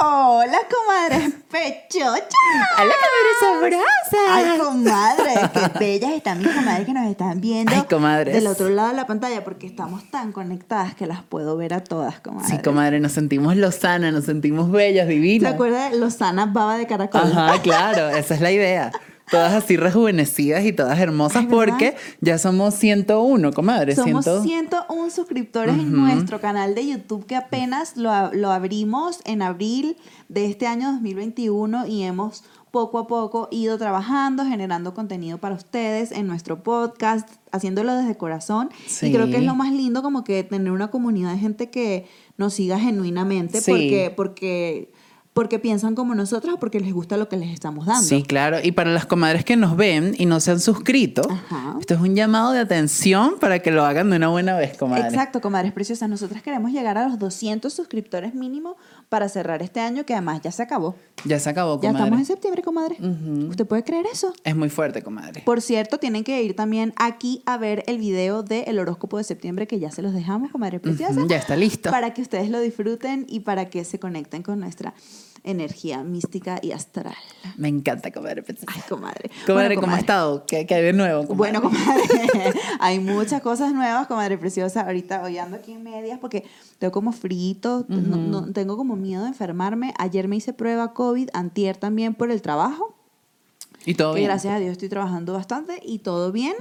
Hola, comadres pechocha. ¡Hola, comadre Ay, sabrosa! comadres, qué bellas están mis comadres que nos están viendo. Ay, comadres. Del otro lado de la pantalla, porque estamos tan conectadas que las puedo ver a todas, comadres. Sí, comadre, nos sentimos lozanas, nos sentimos bellas, ¿Te divinas. acuerdas de Lozana Baba de Caracol? Ajá, claro, esa es la idea. Todas así rejuvenecidas y todas hermosas Ay, ¿verdad? porque ya somos 101, comadre. Somos 100. 101 suscriptores en nuestro canal de YouTube que apenas lo, ab- lo abrimos en abril de este año 2021 y hemos poco a poco ido trabajando, generando contenido para ustedes en nuestro podcast, haciéndolo desde corazón. Sí. Y creo que es lo más lindo como que tener una comunidad de gente que nos siga genuinamente Sí. porque, porque, porque piensan como nosotros o porque les gusta lo que les estamos dando. Sí, claro. Y para las comadres que nos ven y no se han suscrito, Ajá. esto es un llamado de atención para que lo hagan de una buena vez, comadre. Exacto, comadres preciosas. Nosotras queremos llegar a los 200 suscriptores mínimo para cerrar este año, que además ya se acabó. Ya se acabó, Ya comadre. estamos en septiembre, comadre. ¿Usted puede creer eso? Es muy fuerte, comadre. Por cierto, tienen que ir también aquí a ver el video del horóscopo de septiembre, que Pues, ya se los dejamos, comadres preciosas. Ujú, Ya está listo. Para que ustedes lo disfruten y para que se conecten con nuestra energía mística y astral. Me encanta, comadre. Ay, comadre. Comadre, Bueno, ¿cómo ha estado? ¿Qué, qué hay de nuevo? comadre? Bueno, comadre, hay muchas cosas nuevas, comadre preciosa. Ahorita hoy ando aquí en medias porque tengo como frito, no- no- tengo como miedo de enfermarme. Ayer me hice prueba COVID, antier también por el trabajo. ¿Y todo que bien? gracias a Dios estoy trabajando bastante y todo bien.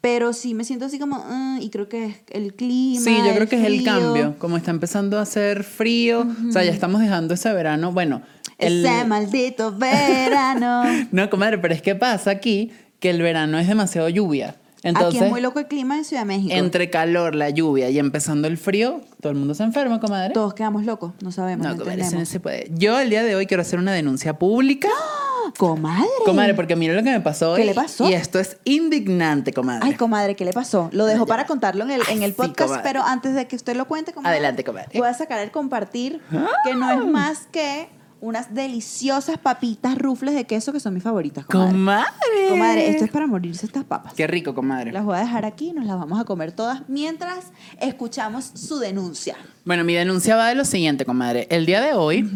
Pero sí me siento así como, "Mm", y creo que es el clima. Sí, yo creo que es el frío. cambio. Como está empezando a hacer frío, o sea, ya estamos dejando ese verano. Bueno, el... Ese maldito verano. No, comadre, pero es que pasa aquí que el verano es demasiado lluvia. Entonces, Aquí es muy loco el clima en Ciudad de México. entre calor, la lluvia y empezando el frío, todo el mundo se enferma, comadre. Todos quedamos locos, no sabemos. No, No, comadre, eso no entendemos. se puede. Yo el día de hoy quiero hacer una denuncia pública. ¡Ah, Comadre. Comadre, porque mira lo que me pasó hoy. ¿Qué le pasó? Y esto es indignante, comadre. Ay, comadre, ¿qué le pasó? Lo dejo para contarlo en el, en el sí, podcast, comadre. pero antes de que usted lo cuente, comadre. Adelante, comadre. Ah. Voy a sacar el compartir, que no es más que unas deliciosas papitas rufles de queso que son mis favoritas, comadre. comadre. Comadre, esto es para morirse estas papas. Qué rico, comadre. Las voy a dejar aquí, nos las vamos a comer todas mientras escuchamos su denuncia. Bueno, mi denuncia va de lo siguiente, comadre. El día de hoy,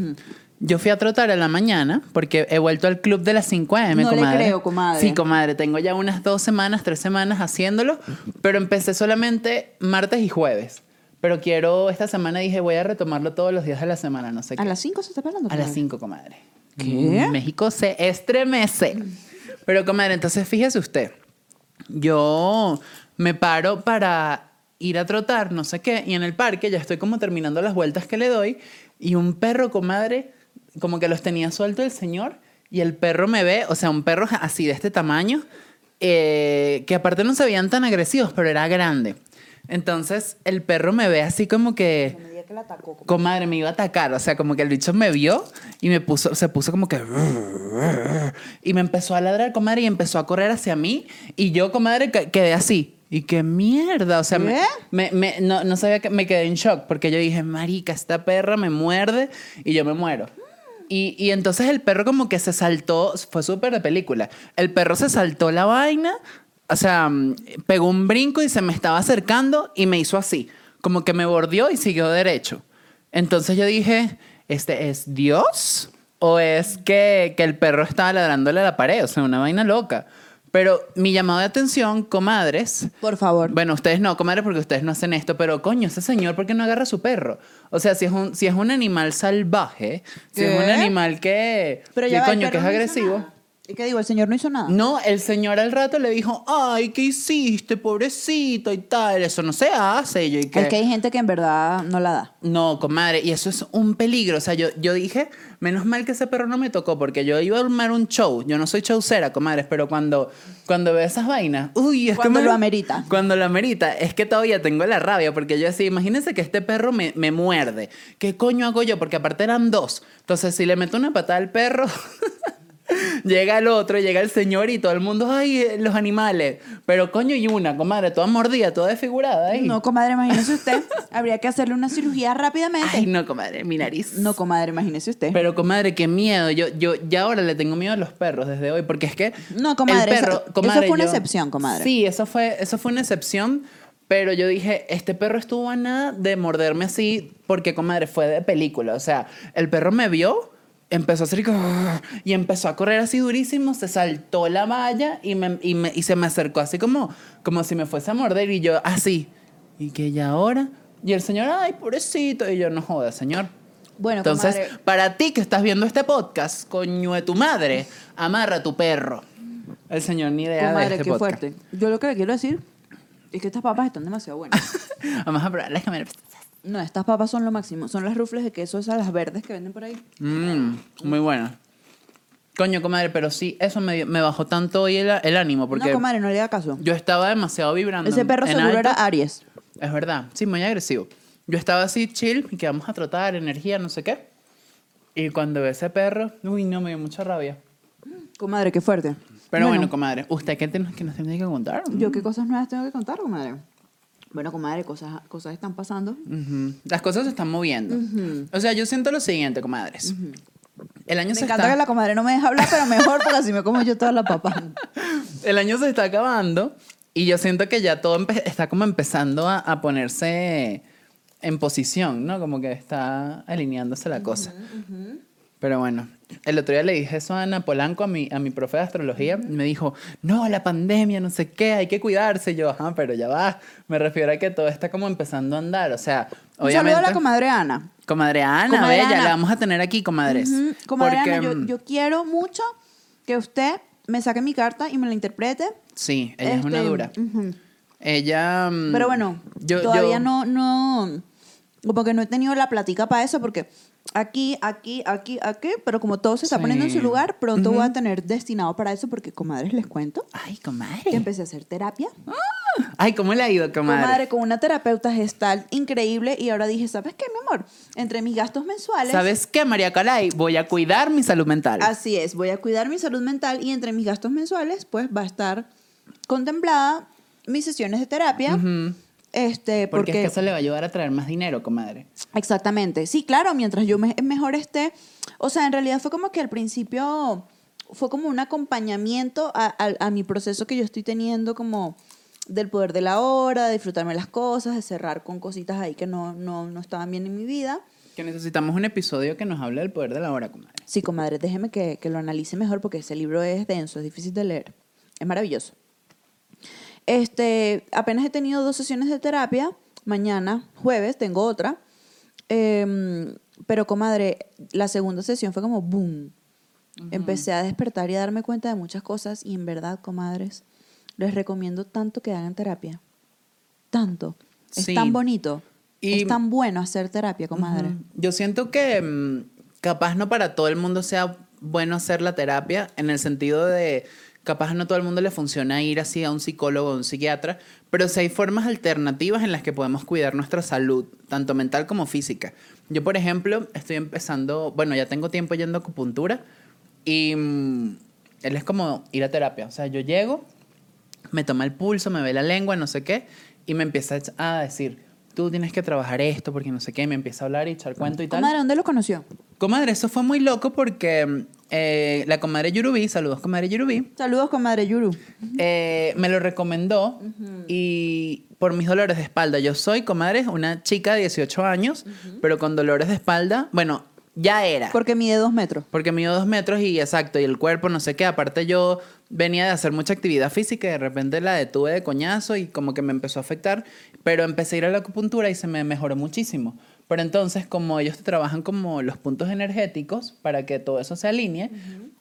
yo fui a trotar a la mañana porque he vuelto al club de las 5 a.m., No le comadre. creo, comadre. Sí, comadre. Tengo ya unas dos semanas, tres semanas haciéndolo, pero empecé solamente martes y jueves. Pero quiero, esta semana dije, voy a retomarlo todos los días de la semana, no sé qué. ¿A las 5 se está parando? A las comadre? 5, comadre. ¿Qué? Mm, México se estremece. Pero, comadre, entonces fíjese usted. Yo me paro para ir a trotar, no sé qué, y en el parque ya estoy como terminando las vueltas que le doy, y un perro, comadre, como que los tenía suelto el señor, y el perro me ve, o sea, un perro ja- así de este tamaño, eh, que aparte no se veían tan agresivos, pero era grande. Entonces el perro me ve así como que... No me diga que la atacó, comadre. Comadre, me iba a atacar. O sea, como que el bicho me vio y me puso, se puso como que. Y me empezó a ladrar, comadre, y empezó a correr hacia mí. Y yo, comadre, que- quedé así. Y qué mierda. O sea, me- ¿Qué? me- me- no, no sabía que me quedé en shock porque yo dije, Marica, esta perra me muerde y yo me muero. Y, y entonces el perro como que se saltó, fue súper de película. El perro se saltó la vaina, o sea, mm, pegó un brinco y se me estaba acercando y me hizo así, como que me bordeó y siguió derecho. Entonces yo dije, ¿este es Dios? ¿O es que, que el perro estaba ladrándole a la pared? O sea, una vaina loca. Pero mi llamado de atención, comadres, Por favor. bueno, ustedes no, comadre, porque ustedes no hacen esto, pero coño, ese señor, ¿por qué no agarra a su perro? O sea, si es un, si es un animal salvaje, si es un ¿Qué? animal que, Pero que ya va, el coño, que perro es no hizo agresivo. nada. ¿Y qué digo? El señor no hizo nada. No, el señor al rato le dijo, ay, ¿qué hiciste, pobrecito y tal? Eso no se hace. Y yo, ¿y qué? Es que hay gente que en verdad no la da. No, comadre, y eso es un peligro. O sea, yo, yo dije, menos mal que ese perro no me tocó, porque yo iba a armar un show. Yo no soy showcera, comadres, pero cuando, cuando veo esas vainas, uy, es que Cuando me- lo amerita. Cuando lo amerita, es que todavía tengo la rabia, porque yo así, imagínense que este perro me, me muerde. ¿Qué coño hago yo? Porque aparte eran dos. Entonces, si le meto una patada al perro. Llega el otro, llega el señor y todo el mundo, ay, eh, los animales. Pero coño, y una, comadre, toda mordida, toda desfigurada. ¿eh? ahí. No, comadre, imagínese usted. Habría que hacerle una cirugía rápidamente. Ay, no, comadre, mi nariz. No, comadre, imagínese usted. Pero comadre, qué miedo. Yo, yo ya ahora le tengo miedo a los perros desde hoy, porque es que No, comadre, el perro, eso- eso fue una excepción, comadre. Sí, eso fue, eso fue una excepción. Pero yo dije, este perro estuvo a nada de morderme así, porque comadre, fue de película. O sea, el perro me vio, empezó a hacer como, y empezó a correr así durísimo, se saltó la valla y, me- y me- y se me acercó así como, como si me fuese a morder. Y yo, así. ¿Y que ya ahora? Y el señor, ay, pobrecito. Y yo, no joda, señor. Bueno, Entonces, comadre. para ti que estás viendo este podcast, coño de tu madre, amarra a tu perro. El señor ni idea de Comadre, este qué podcast. fuerte. Yo lo que le quiero decir es que estas papas están demasiado buenas. Vamos a probar las cámaras. No, estas papas son lo máximo. Son las rufles de queso, esas las verdes que venden por ahí. Mm, muy buena. Coño, comadre, pero sí, eso me, me bajó tanto hoy el, el ánimo porque No, comadre, no le haga caso. yo estaba demasiado vibrando. Ese en- perro en seguro alto. era Aries. Es verdad, sí, muy agresivo. Yo estaba así chill y que vamos a tratar, energía, no sé qué. Y cuando ve ese perro, uy, no, me dio mucha rabia. Comadre, qué fuerte. Pero bueno, comadre, ¿usted qué tiene- que nos tiene que contar? ¿Yo qué cosas nuevas tengo que contar, comadre? Bueno, comadre, cosas, cosas están pasando. Ujú. Las cosas se están moviendo. O sea, yo siento lo siguiente, comadres. El año Me se encanta está... que la comadre no me deja hablar, pero mejor porque así me como yo toda la papa. El año se está acabando y yo siento que ya todo empe- está como empezando a, a ponerse en posición, ¿no? Como que está alineándose la cosa. Pero bueno, el otro día le dije eso a Ana Polanco, a mi, a mi profe de astrología, y me dijo, no, la pandemia, no sé qué, hay que cuidarse. Y yo, ajá, pero ya va. Me refiero a que todo está como empezando a andar. O sea, Un saludo obviamente... a la comadre Ana. Comadre Ana, Comadre bella, Ana. la vamos a tener aquí, comadres. Ujú. Comadre Porque, Ana, yo, mm, yo quiero mucho que usted me saque mi carta y me la interprete. Sí, ella es una Este, dura. ujú. Ella... mm, Pero bueno, yo- todavía yo- no, no, como que no he tenido la platica para eso, porque aquí, aquí, aquí, aquí, pero como todo se está Sí. poniendo en su lugar, pronto voy a tener destinado para eso, porque comadres les cuento Ay, que comadre. empecé a hacer terapia. Ah, Ay, ¿cómo le ha ido, comadre? Comadre, con una terapeuta gestal increíble, y ahora dije, ¿sabes qué, mi amor? Entre mis gastos mensuales. ¿Sabes qué, María Calay? Voy a cuidar mi salud mental. Así es, voy a cuidar mi salud mental y entre mis gastos mensuales, pues va a estar contemplada mis sesiones de terapia. Este, porque, porque, es que eso le va a ayudar a traer más dinero, comadre. Exactamente, sí, claro, mientras yo me- mejor esté, o sea, en realidad fue como que al principio fue como un acompañamiento a, a- a mi proceso que yo estoy teniendo como del poder de la hora, de disfrutarme las cosas, de cerrar con cositas ahí que no, no, no estaban bien en mi vida. Que necesitamos un episodio que nos hable del poder de la hora, comadre. Sí, comadre, déjeme que, que lo analice mejor porque ese libro es denso, es difícil de leer. Es maravilloso. Este, apenas he tenido dos sesiones de terapia. Mañana, jueves, tengo otra. Em, pero, comadre, la segunda sesión fue como boom. Empecé a despertar y a darme cuenta de muchas cosas. Y en verdad, comadres, les recomiendo tanto que hagan terapia. Tanto. Es Sí. tan bonito. Y- Es tan bueno hacer terapia, comadre. Ujú. Yo siento que mm, capaz no para todo el mundo sea bueno hacer la terapia, en el sentido de capaz no todo el mundo le funciona ir así a un psicólogo o un psiquiatra, pero si hay formas alternativas en las que podemos cuidar nuestra salud, tanto mental como física. Yo, por ejemplo, estoy empezando, bueno, ya tengo tiempo yendo a acupuntura y mm, él es como ir a terapia, o sea, yo llego, me toma el pulso, me ve la lengua, no sé qué, y me empieza a decir, tú tienes que trabajar esto porque no sé qué, y me empieza a hablar y echar cuento y tal. Comadre, ¿dónde lo conoció? Comadre, eso fue muy loco porque eh, la comadre Yurubí, saludos comadre Yurubí, Saludos, comadre Yuru. eh, me lo recomendó y por mis dolores de espalda. Yo soy, comadre, una chica de 18 años, pero con dolores de espalda, bueno, ya era. Porque mide dos metros. Porque mido dos metros y exacto, y el cuerpo no sé qué. Aparte yo venía de hacer mucha actividad física y de repente la detuve de coñazo y como que me empezó a afectar. Pero empecé a ir a la acupuntura y se me mejoró muchísimo. Pero entonces, como ellos te trabajan como los puntos energéticos para que todo eso se alinee,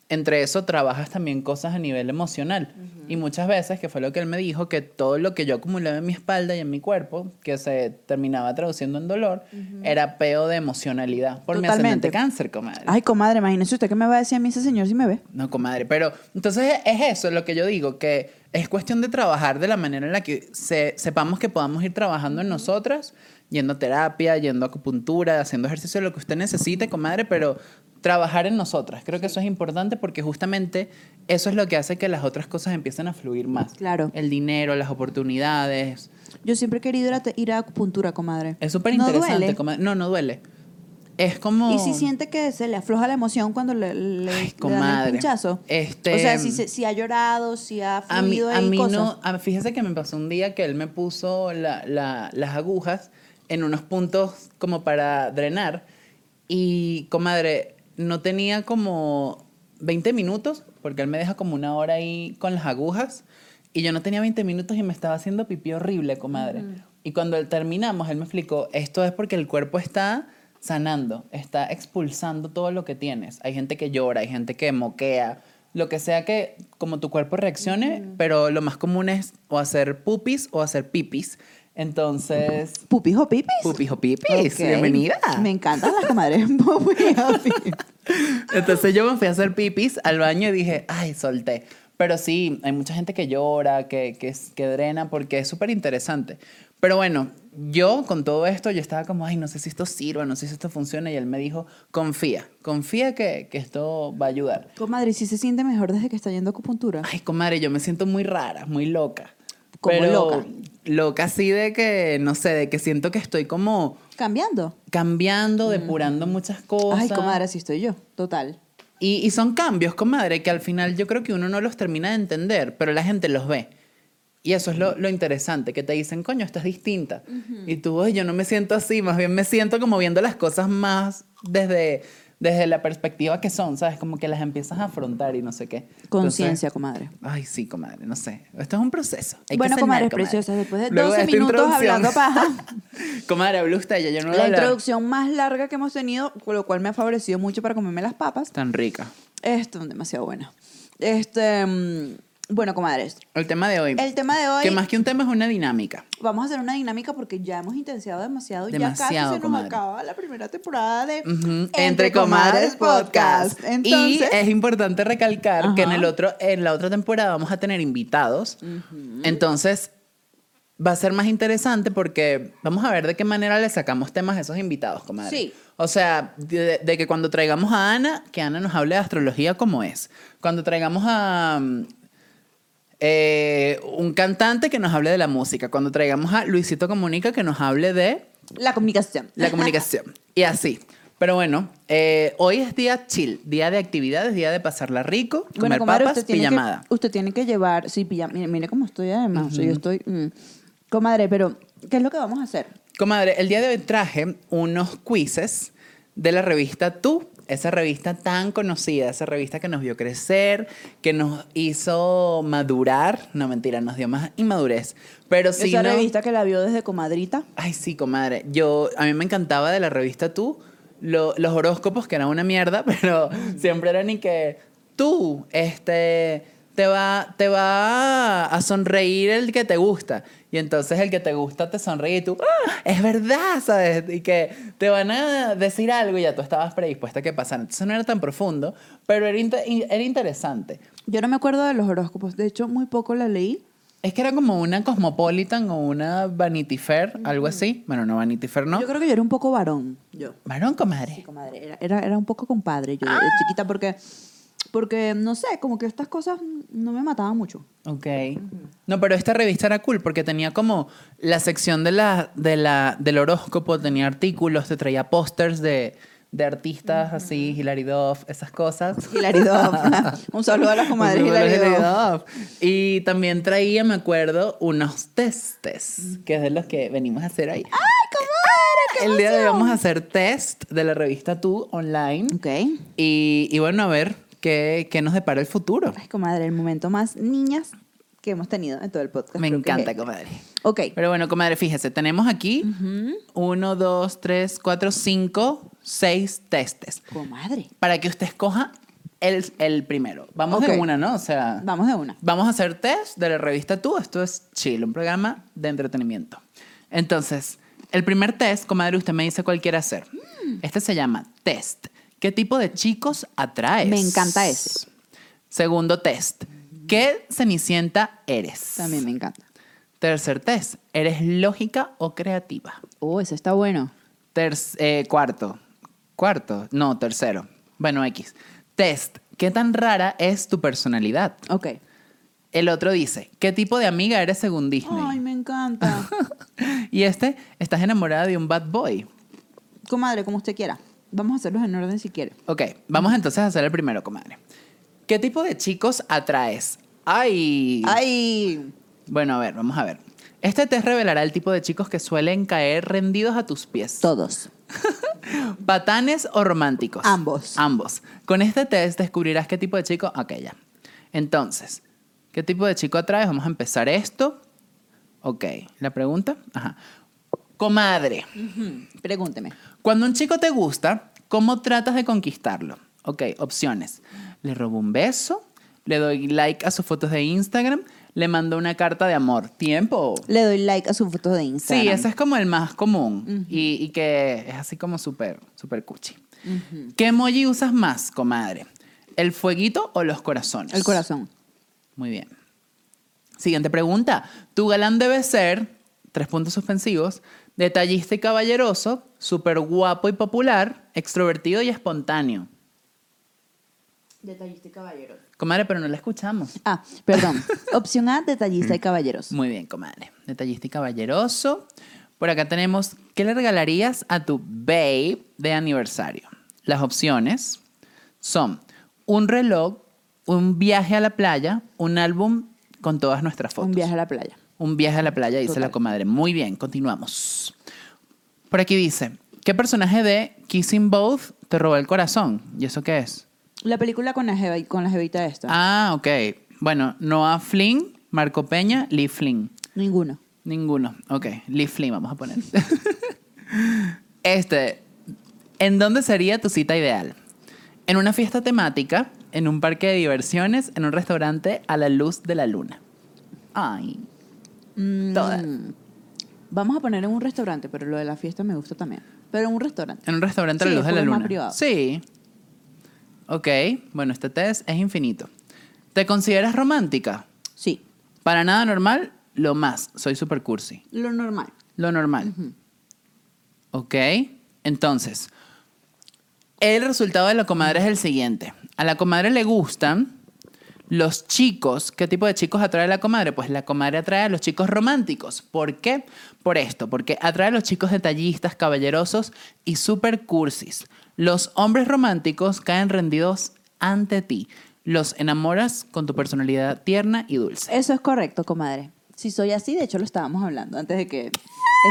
entre eso trabajas también cosas a nivel emocional. Y muchas veces, que fue lo que él me dijo, que todo lo que yo acumulaba en mi espalda y en mi cuerpo, que se terminaba traduciendo en dolor, era peo de emocionalidad. Por mi Totalmente. ascendente Ah, cáncer, comadre. Ay, comadre, imagínese usted que me va a decir a mí ese señor si me ve. No, comadre, pero entonces es eso lo que yo digo, que es cuestión de trabajar de la manera en la que se- sepamos que podamos ir trabajando en nosotras, yendo a terapia, yendo a acupuntura, haciendo ejercicio, lo que usted necesite, comadre, pero trabajar en nosotras. Creo que eso es importante porque justamente eso es lo que hace que las otras cosas empiecen a fluir más. Claro. El dinero, las oportunidades. Yo siempre he querido ir a, te- ir a acupuntura, comadre. Es súper No interesante, duele. comadre. No, no duele. es como... Y si siente que se le afloja la emoción cuando le, le, Ay, le dan comadre. el pinchazo. Este- O sea, si, se- si ha llorado, si ha A mí, fluido a en mí cosas. no, a- fíjese que me pasó un día que él me puso la- la- las agujas en unos puntos como para drenar y, comadre, no tenía como 20 minutos, porque él me deja como una hora ahí con las agujas y yo no tenía 20 minutos y me estaba haciendo pipí horrible, comadre. Y cuando terminamos, él me explicó, esto es porque el cuerpo está sanando, está expulsando todo lo que tienes. Hay gente que llora, hay gente que moquea, lo que sea que como tu cuerpo reaccione, pero lo más común es o hacer pupis o hacer pipis. Entonces, ¿Pupis o pipis? pupis o pipis, Ok. bienvenida. Me encantan las comadres pupis o pipis. Entonces yo me fui a hacer pipis al baño y dije, ay, solté. Pero sí, hay mucha gente que llora, que, que, que drena, porque es súper interesante. Pero bueno, yo con todo esto, yo estaba como, ay, no sé si esto sirva, no sé si esto funciona. Y él me dijo, confía, confía que, que esto va a ayudar. Comadre, ¿y si se siente mejor desde que está yendo a acupuntura? Ay, comadre, yo me siento muy rara, muy loca. ¿Cómo Pero loca? Loca así de que, no sé, de que siento que estoy como Cambiando. cambiando, depurando muchas cosas. Mm. Ay, comadre, así estoy yo. Total. Y, y son cambios, comadre, que al final yo creo que uno no los termina de entender, pero la gente los ve. Y eso es lo, lo interesante, que te dicen, coño, estás distinta. Y tú, "Ay, yo no me siento así, más bien me siento como viendo las cosas más desde, desde la perspectiva que son, ¿sabes? Como que las empiezas a afrontar y no sé qué. Entonces- Conciencia, comadre. Ay, sí, comadre, no sé. Esto es un proceso. Hay que bueno, sanar, comadres comadre. preciosas, después de Luego 12 esta minutos introducción- hablando paja. comadre, habló usted, ya yo no voy a La hablar. introducción más larga que hemos tenido, con lo cual me ha favorecido mucho para comerme las papas. Tan rica. Esto, demasiado bueno. Este, mm, bueno, comadres, El tema de hoy. el tema de hoy... Que más que un tema es una dinámica. Vamos a hacer una dinámica porque ya hemos intensiado demasiado. y ya Demasiado, casi se nos comadre. acaba la primera temporada de Ujú, Entre, Comadres Podcast. Entonces, y eh, es importante recalcar que en Ajá. el otro, en la otra temporada vamos a tener invitados. Entonces, va a ser más interesante porque vamos a ver de qué manera le sacamos temas a esos invitados, comadre. Sí. O sea, de, de que cuando traigamos a Ana, que Ana nos hable de astrología como es. Cuando traigamos a, mm, eh, un cantante que nos hable de la música. Cuando traigamos a Luisito Comunica que nos hable de la comunicación. la comunicación. y así. Pero bueno, eh, hoy es día chill, día de actividades, día de pasarla rico, comer comadre, papas, tiene que- pijamada. usted tiene que llevar, sí, pijamada. Mire, mire cómo estoy además. o sea, yo estoy... mm. Comadre, pero, ¿qué es lo que vamos a hacer? Comadre, el día de hoy traje unos quizzes de la revista Tú, esa revista tan conocida, esa revista que nos vio crecer, que nos hizo madurar, no mentira, nos dio más inmadurez, pero sí Esa no- revista que la vio desde comadrita. Ay, sí, comadre. Yo, a mí me encantaba de la revista Tú lo- los horóscopos, que era una mierda, pero siempre eran y que tú, este, te va, te va a sonreír el que te gusta. Y entonces el que te gusta te sonríe y tú, "Ah, es verdad, ¿sabes? Y que te van a decir algo y ya tú estabas predispuesta a que pasara. Entonces no era tan profundo, pero era, inte- era interesante. Yo no me acuerdo de los horóscopos. De hecho, muy poco la leí. Es que era como una Cosmopolitan o una Vanity Fair, algo así. Bueno, no Vanity Fair, no. Yo creo que yo era un poco varón. Yo. Varón, comadre. Sí, comadre. Era, era, era un poco compadre yo de Ah. chiquita porque, porque, no sé, como que estas cosas no me mataban mucho. Ok. No, pero esta revista era cool porque tenía como la sección de la, de la, del horóscopo, tenía artículos, te traía pósters de, de artistas así, Hilary Duff, esas cosas. Hilary Duff. un saludo a las comadres Un saludo a Hilary Duff. Hilary Duff. Y también traía, me acuerdo, unos testes, que es de los que venimos a hacer ahí. Ah, ¡Ay, comadre! El día de hoy vamos a hacer test de la revista Tú online. ¡Qué emoción! Ok. Y, y bueno, a ver qué, qué nos depara el futuro. Ay, comadre, el momento más niñas que hemos tenido en todo el podcast. Me Pues Creo que es encanta, él. comadre. Ok. Pero bueno, comadre, fíjese, tenemos aquí uno, dos, tres, cuatro, cinco, seis testes. Comadre. Para que usted escoja el, el primero. Vamos Ok. de una, ¿no? O sea, Vamos de una. vamos a hacer test de la revista Tú. Esto es Chill, un programa de entretenimiento. Entonces, el primer test, comadre, usted me dice cuál quiere hacer. Mm. Este se llama test. ¿Qué tipo de chicos atraes? Me encanta ese. Segundo test. ¿Qué cenicienta eres? También me encanta. Tercer test, ¿eres lógica o creativa? Oh, ese está bueno. Terc- eh, cuarto, cuarto, no, tercero. Bueno, X. Test, ¿qué tan rara es tu personalidad? Ok. El otro dice, ¿qué tipo de amiga eres según Disney? Ay, me encanta. y este, ¿estás enamorada de un bad boy? Comadre, como usted quiera. vamos a hacerlos en orden si quieres. Ok, vamos entonces a hacer el primero, comadre. ¿Qué tipo de chicos atraes? ¡Ay! ¡Ay! Bueno, a ver, vamos a ver. Este test revelará el tipo de chicos que suelen caer rendidos a tus pies. Todos. ¿Patanes o románticos? Ambos. Ambos. Con este test descubrirás qué tipo de chico... Ok, ya. Entonces, ¿qué tipo de chico atraes? Vamos a empezar esto. Ok, la pregunta. Ajá. Comadre. Pregúnteme. Cuando un chico te gusta, ¿cómo tratas de conquistarlo? Ok, opciones. Le robo un beso, le doy like a sus fotos de Instagram, le mando una carta de amor. Tiempo. Le doy like a sus fotos de Instagram. Sí, ese es como el más común y, y que es así como súper, súper cuchi. ¿Qué emoji usas más, comadre? ¿El fueguito o los corazones? El corazón. Muy bien. Siguiente pregunta. Tu galán debe ser, tres puntos suspensivos, detallista y caballeroso, súper guapo y popular, extrovertido y espontáneo. Detallista y caballero. Comadre, pero no la escuchamos. Ah, perdón. Mm, Opción A, detallista y caballeros. Muy bien, comadre. Detallista y caballeroso. Por acá tenemos, ¿qué le regalarías a tu babe de aniversario? Las opciones son un reloj, un viaje a la playa, un álbum con todas nuestras fotos. Un viaje a la playa. Un viaje a la playa, dice Total. la comadre. Muy bien, continuamos. Por aquí dice, ¿qué personaje de Kissing Both te robó el corazón? ¿Y eso qué es? La película con la, jeva- con la jevita esta. Ah, ok. Bueno, Noah Flynn, Marco Peña, Lee Flynn. Ninguno. Ninguno. Ok, Lee Flynn vamos a poner. este, ¿en dónde sería tu cita ideal? ¿En una fiesta temática? ¿En un parque de diversiones? ¿En un restaurante a la luz de la luna? Ay, Mm, Todas. Vamos a poner en un restaurante, pero lo de la fiesta me gusta también. Pero en un restaurante. En un restaurante a Sí, la luz de la porque es más luna. privado. Sí. Ok, bueno, este test es infinito. ¿Te consideras romántica? Sí, Para nada normal, lo más. Soy super cursi. lo normal. Lo normal. Ok, entonces, el resultado de la comadre es el siguiente. A la comadre le gustan los chicos. ¿Qué tipo de chicos atrae la comadre? Pues la comadre atrae a los chicos románticos. ¿Por qué? Por esto, porque atrae a los chicos detallistas, caballerosos y super cursis. Los hombres románticos caen rendidos ante ti. Los enamoras con tu personalidad tierna y dulce. Eso es correcto, comadre. Si soy así, de hecho lo estábamos hablando antes de que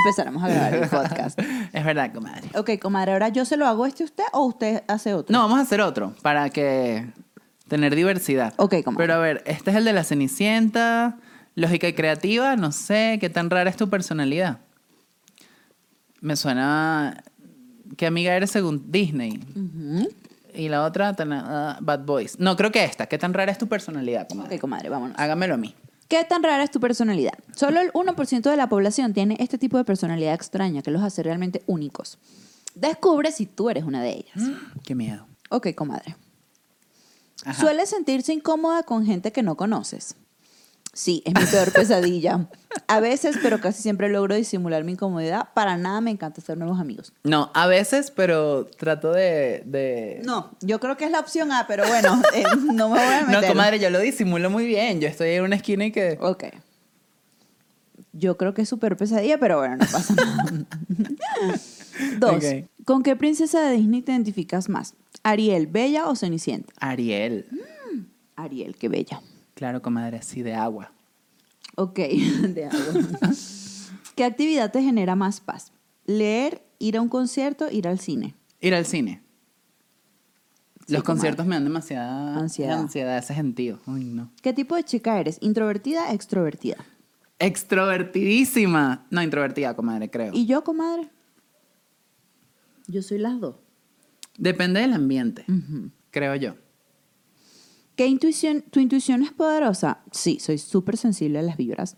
empezáramos a grabar el podcast. es verdad, comadre. Ok, comadre, ahora yo se lo hago este a usted o usted hace otro. No, vamos a hacer otro para que tener diversidad. Ok, comadre. Pero a ver, este es el de la Cenicienta, lógica y creativa, no sé, qué tan rara es tu personalidad. Me suena qué amiga eres según Disney. Mm. Y la otra tan- ah, Bad Boys. No, creo que esta, qué tan rara es tu personalidad, comadre. Ok, comadre, vámonos. Hágamelo a mí. ¿Qué tan rara es tu personalidad? Solo el 1% de la población tiene este tipo de personalidad extraña que los hace realmente únicos. Descubre si tú eres una de ellas. Qué miedo. Ok, comadre. Ajá. Sueles sentirse incómoda con gente que no conoces. Sí, es mi peor pesadilla. A veces, pero casi siempre logro disimular mi incomodidad. Para nada me encanta hacer nuevos amigos. No, a veces, pero trato de... de... No, yo creo que es la opción A, pero bueno, eh, no me voy a meter. No, comadre, yo lo disimulo muy bien. Yo estoy en una esquina y que... Ok. Yo creo que es súper pesadilla, pero bueno, no pasa nada. Dos. Ok. ¿Con qué princesa de Disney te identificas más? ¿Ariel, Bella o Cenicienta? Ariel. Ariel, qué bella. Claro, comadre, así de agua. Ok, de agua. ¿Qué actividad te genera más paz? ¿Leer, ir a un concierto, ir al cine? Ir al cine. Sí, Los comadre. conciertos me dan demasiada Ansiedad. ansiedad. ansiedad, ese gentío. Uy, no. ¿Qué tipo de chica eres? ¿Introvertida, extrovertida? Extrovertidísima. No, introvertida, comadre, creo. ¿Y yo, comadre? Yo soy las dos. Depende del ambiente, creo yo. ¿Qué intuición, tu intuición es poderosa? Sí, soy súper sensible a las vibras.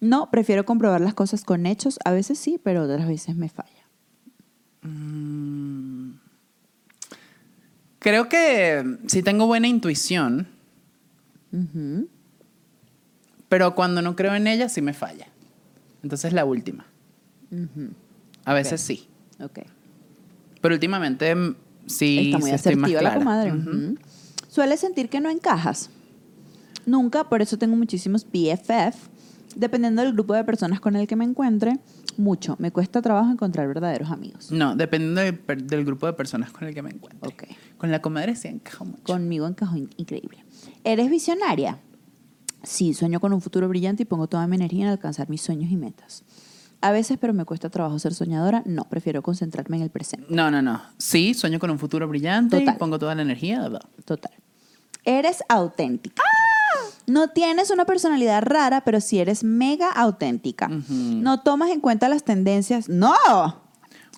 No, prefiero comprobar las cosas con hechos. A veces sí, pero otras veces me falla. Creo que mm, sí tengo buena intuición, Ujú. pero cuando no creo en ella sí me falla. Entonces la última. A veces sí. Ok. Pero últimamente mm, sí, Está muy sí estoy más asertiva la clara. comadre. Ujú. Ujú. ¿Sueles sentir que no encajas? Nunca, por eso tengo muchísimos BFF. Dependiendo del grupo de personas con el que me encuentre, mucho. Me cuesta trabajo encontrar verdaderos amigos. No, dependiendo de per- del grupo de personas con el que me encuentro. Ok. Con la comadre se encaja mucho. Conmigo encajó in- increíble. ¿Eres visionaria? Sí, sueño con un futuro brillante y pongo toda mi energía en alcanzar mis sueños y metas. A veces, pero me cuesta trabajo ser soñadora. No, prefiero concentrarme en el presente. No, no, no. Sí, sueño con un futuro brillante y Total. pongo toda la energía. bla, bla. Total. Eres auténtica. No tienes una personalidad rara, pero sí eres mega auténtica. No tomas en cuenta las tendencias. ¡No!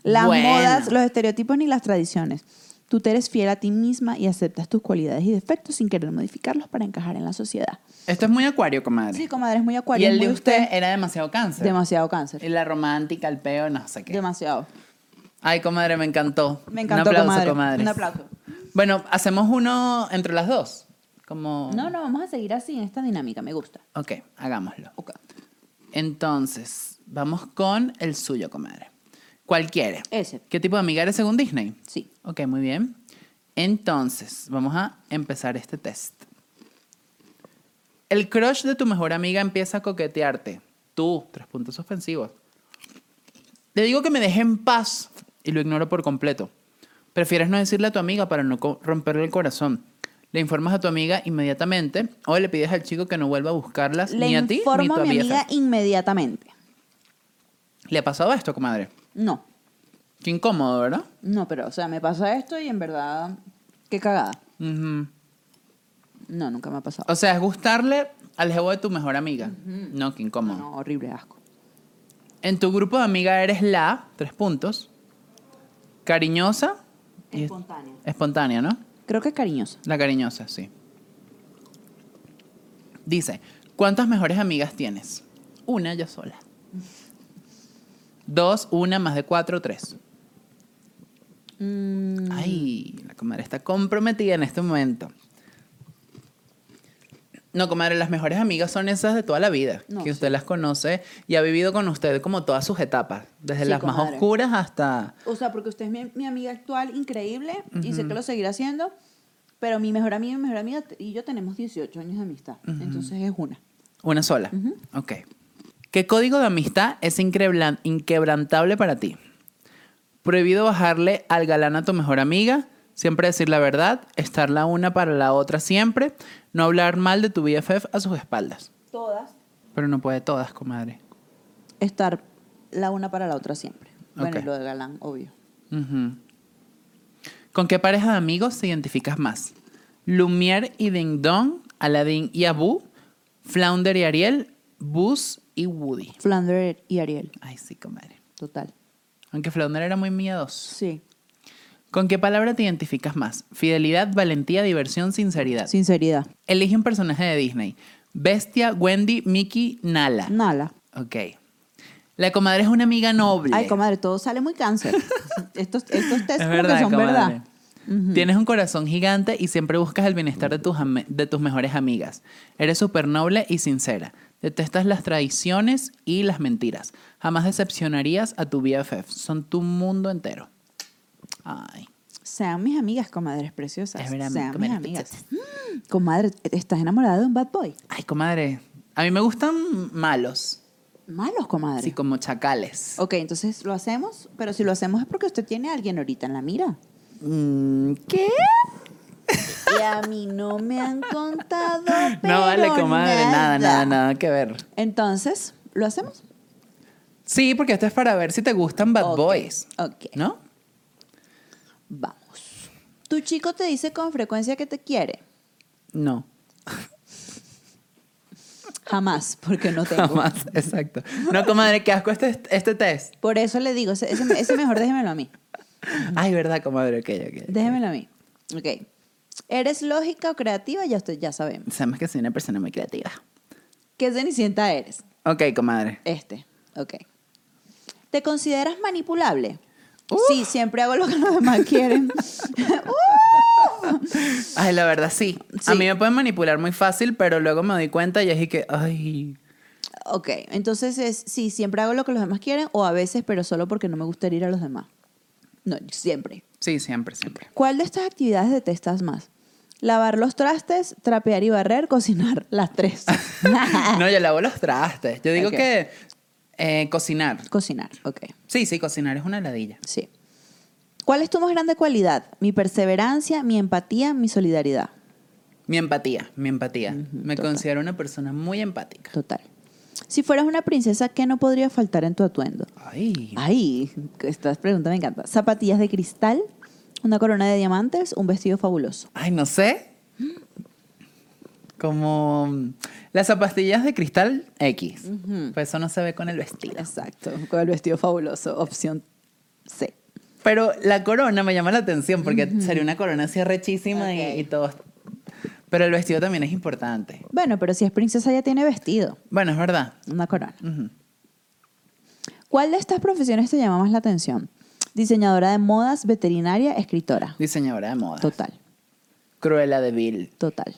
Las Bueno. modas, los estereotipos ni las tradiciones. Tú te eres fiel a ti misma y aceptas tus cualidades y defectos sin querer modificarlos para encajar en la sociedad. Esto es muy acuario, comadre. Sí, comadre, es muy y acuario. el muy de usted, era demasiado cáncer. Demasiado cáncer. Y la romántica, el peo, no sé qué. Demasiado. Ay, comadre, me encantó. Me encantó, Un aplauso, comadre. comadres. Un aplauso. Bueno, hacemos uno entre las dos. Como... No, no, vamos a seguir así en esta dinámica. Me gusta. Ok, hagámoslo. Entonces, vamos con el suyo, comadre. ¿Cuál quiere? Ese. ¿Qué tipo de amiga eres según Disney? Sí. Ok, muy bien. Entonces, vamos a empezar este test. El crush de tu mejor amiga empieza a coquetearte. Tú, tres puntos suspensivos. Le digo que me deje en paz y lo ignoro por completo. Prefieres no decirle a tu amiga para no co- romperle el corazón. Le informas a tu amiga inmediatamente o le pides al chico que no vuelva a buscarlas Le ni a ti ni a informo tu a mi amiga. amiga inmediatamente. ¿Le ha pasado esto, comadre? No. Qué incómodo, ¿verdad? No, pero, o sea, me pasa esto y en verdad, qué cagada. Ujú. No, nunca me ha pasado. O sea, es gustarle al jevo de tu mejor amiga. No, qué No, incómodo. no, horrible asco. En tu grupo de amigas eres la, tres puntos, cariñosa. y- Espontánea. Espontánea, ¿no? Creo que es cariñosa. La cariñosa, sí. Dice, ¿cuántas mejores amigas tienes? Una yo sola. Dos, una, más de cuatro, tres. Mm, Ay, la comadre está comprometida en este momento. No, comadre, las mejores amigas son esas de toda la vida, No, que usted las conoce y ha vivido con usted como todas sus etapas, desde Sí, las más comadre. oscuras hasta... o sea, porque usted es mi, mi amiga actual, increíble, y sé que lo seguirá haciendo, pero mi mejor amiga, mi mejor amiga t- y yo tenemos 18 años de amistad. Entonces es una. Una sola. Ok. ¿Qué código de amistad es increblan- inquebrantable para ti? Prohibido bajarle al galán a tu mejor amiga, siempre decir la verdad, estar la una para la otra siempre, no hablar mal de tu BFF a sus espaldas. Todas. Pero no puede todas, comadre. Estar la una para la otra siempre. Bueno, Ok. y lo de galán, obvio. Ujú. ¿Con qué pareja de amigos te identificas más? Lumière y Ding Dong, Aladdin y Abu, Flounder y Ariel, Buzz y Woody. Flander y Ariel, Ay, sí, comadre. total. Aunque Flounder era muy miedoso. Sí. ¿Con qué palabra te identificas más? Fidelidad, valentía, diversión, sinceridad. Sinceridad. Elige un personaje de Disney. Bestia, Wendy, Mickey, Nala. Nala. Ok. La comadre es una amiga noble. Ay, comadre, todo sale muy cáncer. estos, estos test Es como verdad, que son comadre. verdad. Tienes un corazón gigante y siempre buscas el bienestar de tus, ame- de tus mejores amigas. Eres súper noble y sincera. Detestas las traiciones y las mentiras. Jamás decepcionarías a tu BFF. Son tu mundo entero. Ay, Sean mis amigas, comadres preciosas. Es verdad, Sean mis comadres amigas. Mm, Comadre, ¿estás enamorada de un bad boy? ay, comadre. A mí me gustan malos. Malos, comadre. Así como chacales. ok, entonces lo hacemos, pero si lo hacemos es porque usted tiene a alguien ahorita en la mira. Mm, ¿Qué? Y a mí no me han contado. No pero vale, comadre. Nada, nada, nada que ver. Entonces, ¿lo hacemos? Sí, porque esto es para ver si te gustan bad Ok, boys. ok. ¿No? Vamos. Tu chico te dice con frecuencia que te quiere. No. Jamás, porque no tengo. Jamás, exacto. No, comadre, qué asco este, este test. Por eso le digo, ese, ese- ese mejor déjemelo a mí. Ay, verdad, comadre, ok, ok. Déjemelo a mí. Ok. ¿Eres lógica o creativa? Ya, usted, ya sabemos. Sabemos que soy una persona muy creativa. ¿Qué cenicienta eres? Ok, comadre. Este. Ok. ¿Te consideras manipulable? Uh. Sí, siempre hago lo que los demás quieren. Ay, la verdad, sí. A Sí. mí me pueden manipular muy fácil, pero luego me doy cuenta y es que, ay, ok. Entonces es, sí, siempre hago lo que los demás quieren o a veces, pero solo porque no me gusta herir a los demás. No, siempre. sí, siempre, siempre. ¿Cuál de estas actividades detestas más? Lavar los trastes, trapear y barrer, cocinar las tres. No, yo lavo los trastes. Yo digo Ok. que eh, cocinar. cocinar, ok. Sí, sí, cocinar es una ladilla. Sí. ¿Cuál es tu más grande cualidad? Mi perseverancia, mi empatía, mi solidaridad. Mi empatía, mi empatía. Me total. considero una persona muy empática. Total. Si fueras una princesa, ¿qué no podría faltar en tu atuendo? Ay. Ay, esta pregunta me encanta. Zapatillas de cristal, una corona de diamantes, un vestido fabuloso. Ay, no sé. Como mm, las zapatillas de cristal X. Pues eso no se ve con el vestido. Exacto, con el vestido fabuloso, opción C. Pero la corona me llama la atención porque sería una corona así rechísima Ok. y, y todo. Pero el vestido también es importante. Bueno, pero si es princesa ya tiene vestido, Bueno, es verdad. una corona. Ujú. ¿Cuál de estas profesiones te llama más la atención? Diseñadora de modas, veterinaria, escritora. Diseñadora de moda. Total, Cruella de Vil. total.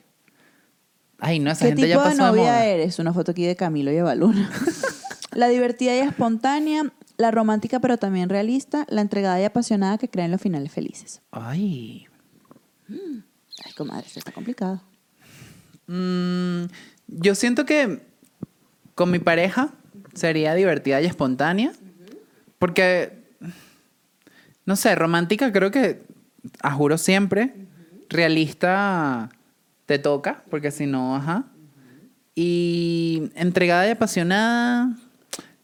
Ay, no, esa ¿Qué gente ya tipo de pasó de, moda. novia eres? Una foto aquí de Camilo y Avaluna. la divertida y espontánea, la romántica pero también realista, la entregada y apasionada que cree en los finales felices. Ay. Ay, comadre, esto está complicado. Mm, yo siento que con mi pareja sería divertida y espontánea. Porque, no sé, romántica creo que, a juro siempre, realista te toca, porque si no, ajá. Y entregada y apasionada,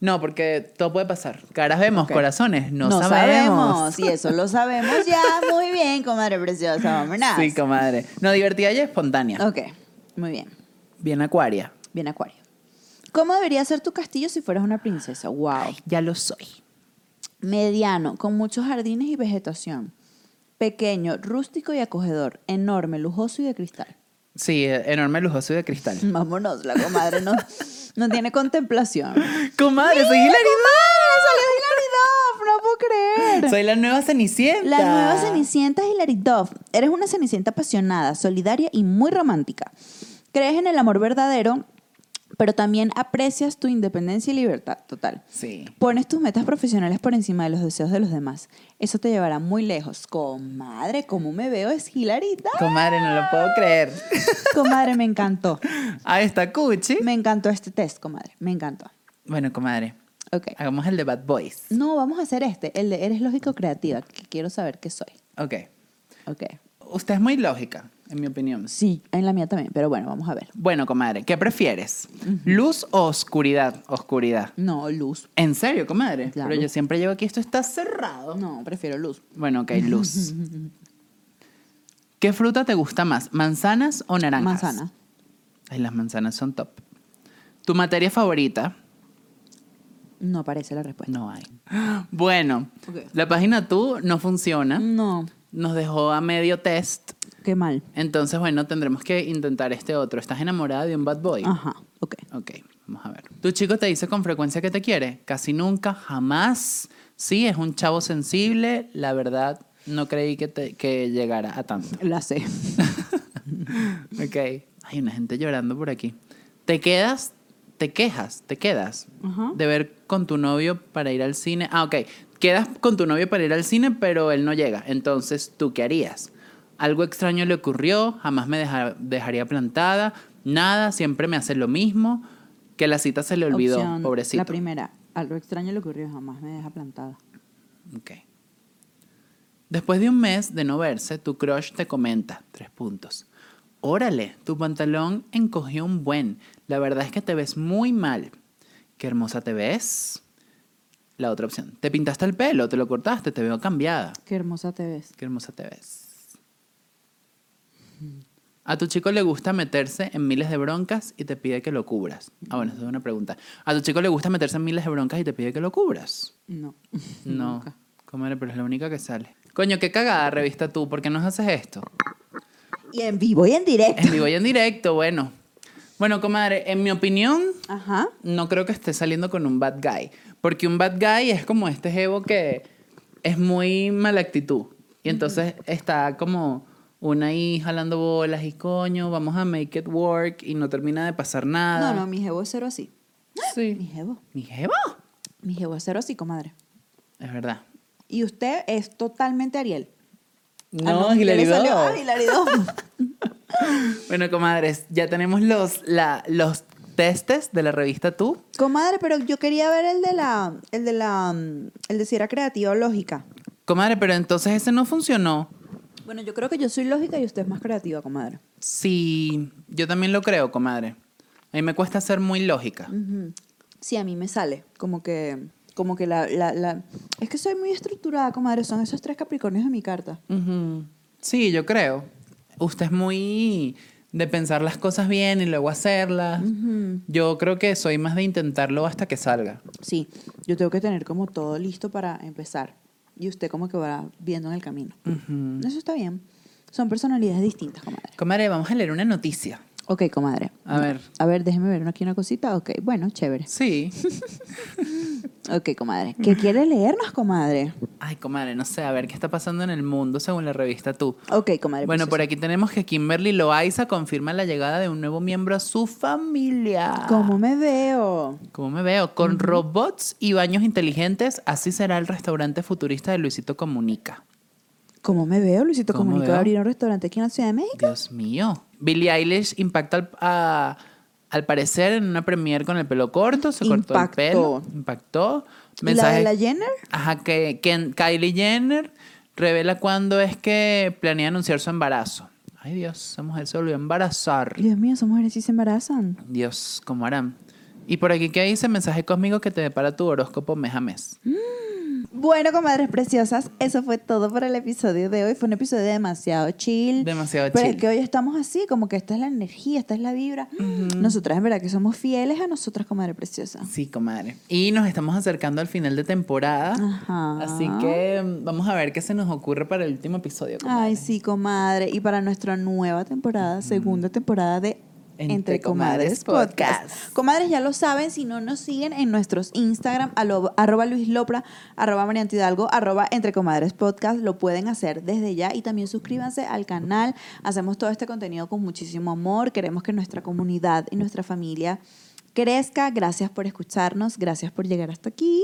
no, porque todo puede pasar. Caras vemos, Ok. corazones, no, sabemos. Y eso lo sabemos ya muy bien, comadre preciosa. Vámonos. Sí, comadre. No, divertida y espontánea. Ok, muy bien. Bien acuaria. Bien, Acuario. ¿Cómo debería ser tu castillo si fueras una princesa? Wow. Ya lo soy. Mediano, con muchos jardines y vegetación. Pequeño, rústico y acogedor. Enorme, lujoso y de cristal. Sí, eh, enorme, lujoso y de cristal. Vámonos, la comadre no, no tiene contemplación. Comadre, soy Hilary ¡Salió Hilary Duff! ¡No puedo creer! Duff. Soy la nueva Cenicienta. La nueva Cenicienta es Hilary Duff. Eres una Cenicienta apasionada, solidaria y muy romántica. Crees en el amor verdadero, pero también aprecias tu independencia y libertad total. Sí. Pones tus metas profesionales por encima de los deseos de los demás. Eso te llevará muy lejos. Comadre, ¿cómo me veo? Es Hilary Duff. Comadre, no lo puedo creer. Comadre, me encantó. Ahí está Cuchi. Me encantó este test, comadre. Me encantó. Bueno, comadre, Ok. hagamos el de Bad Boys. No, vamos a hacer este, el de Eres Lógico Creativa, que quiero saber qué soy. Ok. Ok. Usted es muy lógica, en mi opinión. Sí, en la mía también, pero bueno, vamos a ver. Bueno, comadre, ¿qué prefieres? ¿Luz o oscuridad? Oscuridad. No, luz. ¿En serio, comadre? Claro. Pero yo siempre llevo aquí, esto está cerrado. No, prefiero luz. Bueno, ok, luz. ¿Qué fruta te gusta más, manzanas o naranjas? Manzana. Ay, las manzanas son top. ¿Tu materia favorita? No aparece la respuesta. No hay. Bueno, Ok. la página tú no funciona. No, Nos dejó a medio test. qué mal. Entonces, bueno, tendremos que intentar este otro. ¿Estás enamorada de un bad boy? Ajá, ok. Ok, vamos a ver. ¿Tu chico te dice con frecuencia que te quiere? Casi nunca, jamás. Sí, es un chavo sensible. La verdad, no creí que, te- que llegara a tanto. La sé. Ok. Hay una gente llorando por aquí. ¿Te quedas? ¿Te quejas? ¿Te quedas? Ajá. De ver con tu novio para ir al cine. Ah, ok. Quedas con tu novio para ir al cine, pero él no llega. Entonces, ¿tú qué harías? Algo extraño le ocurrió, jamás me deja- dejaría plantada, nada, siempre me hace lo mismo, que la cita se le olvidó, Opción, pobrecito. La primera. Algo extraño le ocurrió, jamás me deja plantada. Ok. Después de un mes de no verse, tu crush te comenta, tres puntos. Órale, tu pantalón encogió un buen. La verdad es que te ves muy mal. Qué hermosa te ves. La otra opción. Te pintaste el pelo, te lo cortaste, te veo cambiada. Qué hermosa te ves. Qué hermosa te ves. A tu chico le gusta meterse en miles de broncas y te pide que lo cubras. Ah, bueno, esa es una pregunta. A tu chico le gusta meterse en miles de broncas y te pide que lo cubras. No. No. Comadre, pero es la única que sale. Coño, qué cagada revista tú. ¿Por qué nos haces esto? Y en vivo y en directo. En vivo y en directo, bueno. Bueno, comadre, en mi opinión, Ajá. no creo que esté saliendo con un bad guy. Porque un bad guy es como este jevo que es muy mala actitud. Y entonces está como una ahí jalando bolas y coño, vamos a make it work y no termina de pasar nada. No, no, mi jevo es cero así. Mi Sí. jevo. Mi jevo. Mi jevo es cero así, comadre. Es verdad. Y usted es totalmente Ariel. Ah, No, ¿qué le Hilary salió? Duff. Ah, Hilary Duff. Bueno, comadres, ya tenemos los, la, los testes de la revista Tú. Comadre, pero yo quería ver el de la, el de la, mm, el de si era creativa o lógica. Comadre, pero entonces ese no funcionó. Bueno, yo creo que yo soy lógica y usted es más creativa, comadre. Sí, yo también lo creo, comadre. A mí me cuesta ser muy lógica. Sí, a mí me sale. Como que, como que la, la, la... Es que soy muy estructurada, comadre. Son esos tres capricornios de mi carta. Ujú. Sí, yo creo. Usted es muy de pensar las cosas bien y luego hacerlas. Yo creo que soy más de intentarlo hasta que salga. Sí, yo tengo que tener como todo listo para empezar. Y usted como que va viendo en el camino. Eso está bien. Son personalidades distintas, comadre. Comadre, vamos a leer una noticia. Ok, comadre. A ver. A ver, déjeme ver aquí una cosita. Ok, bueno, chévere. Sí. Ok, comadre. ¿Qué quiere leernos, comadre? Ay, comadre, no sé, a ver qué está pasando en el mundo según la revista Tú. Ok, comadre. pues, Bueno, por preciosa. aquí tenemos que Kimberly Loaiza confirma la llegada de un nuevo miembro a su familia. ¿Cómo me veo? ¿Cómo me veo? Con robots y baños inteligentes, así será el restaurante futurista de Luisito Comunica. ¿Cómo me veo? Luisito ¿Cómo Comunica va a veo? abrir un restaurante aquí en la Ciudad de México. Dios mío. Billie Eilish impacta al, a- al parecer en una premiere con el pelo corto, se cortó el Impactó. pelo, ¿Y impactó. la de Mensaje- la Jenner? Ajá, que, que Kylie Jenner revela cuándo es que planea anunciar su embarazo. Ay Dios, esa mujer se volvió a embarazar. Dios mío, esas mujeres sí se embarazan. Dios, ¿cómo harán? Y por aquí que dice mensaje cósmico que te depara tu horóscopo mes a mes. Mm. Bueno, comadres preciosas, eso fue todo por el episodio de hoy. Fue un episodio demasiado chill. Demasiado Pero chill. es que hoy estamos así, como que esta es la energía, esta es la vibra. Nosotras en verdad que somos fieles a nosotras, comadre preciosa. Sí, comadre. Y nos estamos acercando al final de temporada. Ajá. Así que mm, vamos a ver qué se nos ocurre para el último episodio. comadre. Ay, sí, comadre. Y para nuestra nueva temporada, segunda temporada de Entre, Entre Comadres, Comadres Podcast. Podcast. Comadres, ya lo saben, si no nos siguen en nuestros Instagram, alo- arroba Luis Lopra, arroba Mariana Hidalgo, arroba Entre Comadres Podcast, lo pueden hacer desde ya. Y también suscríbanse al canal. Hacemos todo este contenido con muchísimo amor. Queremos que nuestra comunidad y nuestra familia crezca. Gracias por escucharnos, gracias por llegar hasta aquí.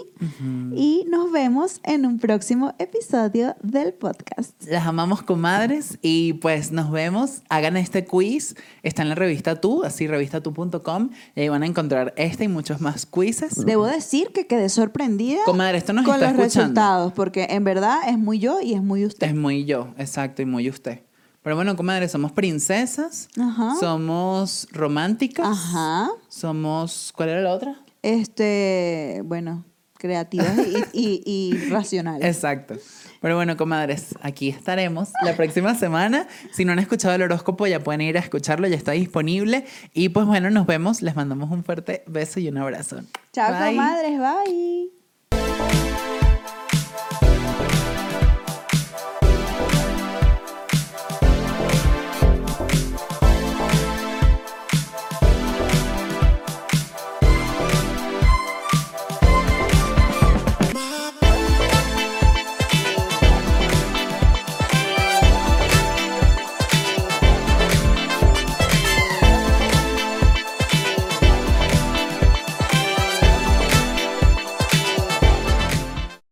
Y nos vemos en un próximo episodio del podcast. Las amamos, comadres, y pues nos vemos. Hagan este quiz. Está en la revista Tú, así revistatu.com, y ahí van a encontrar este y muchos más quizzes. Debo decir que quedé sorprendida Comadre, esto nos con está los escuchando. resultados, porque en verdad es muy yo y es muy usted. Es muy yo, exacto, y muy usted. Pero bueno, comadre, somos princesas, Ajá. somos románticas, Ajá. somos... ¿Cuál era la otra? Este, bueno, creativas y, y- y racionales. Exacto. Pero bueno, comadres, aquí estaremos la próxima semana. Si no han escuchado el horóscopo, ya pueden ir a escucharlo, ya está disponible. Y pues bueno, nos vemos. Les mandamos un fuerte beso y un abrazo. Chao, Bye. comadres, bye.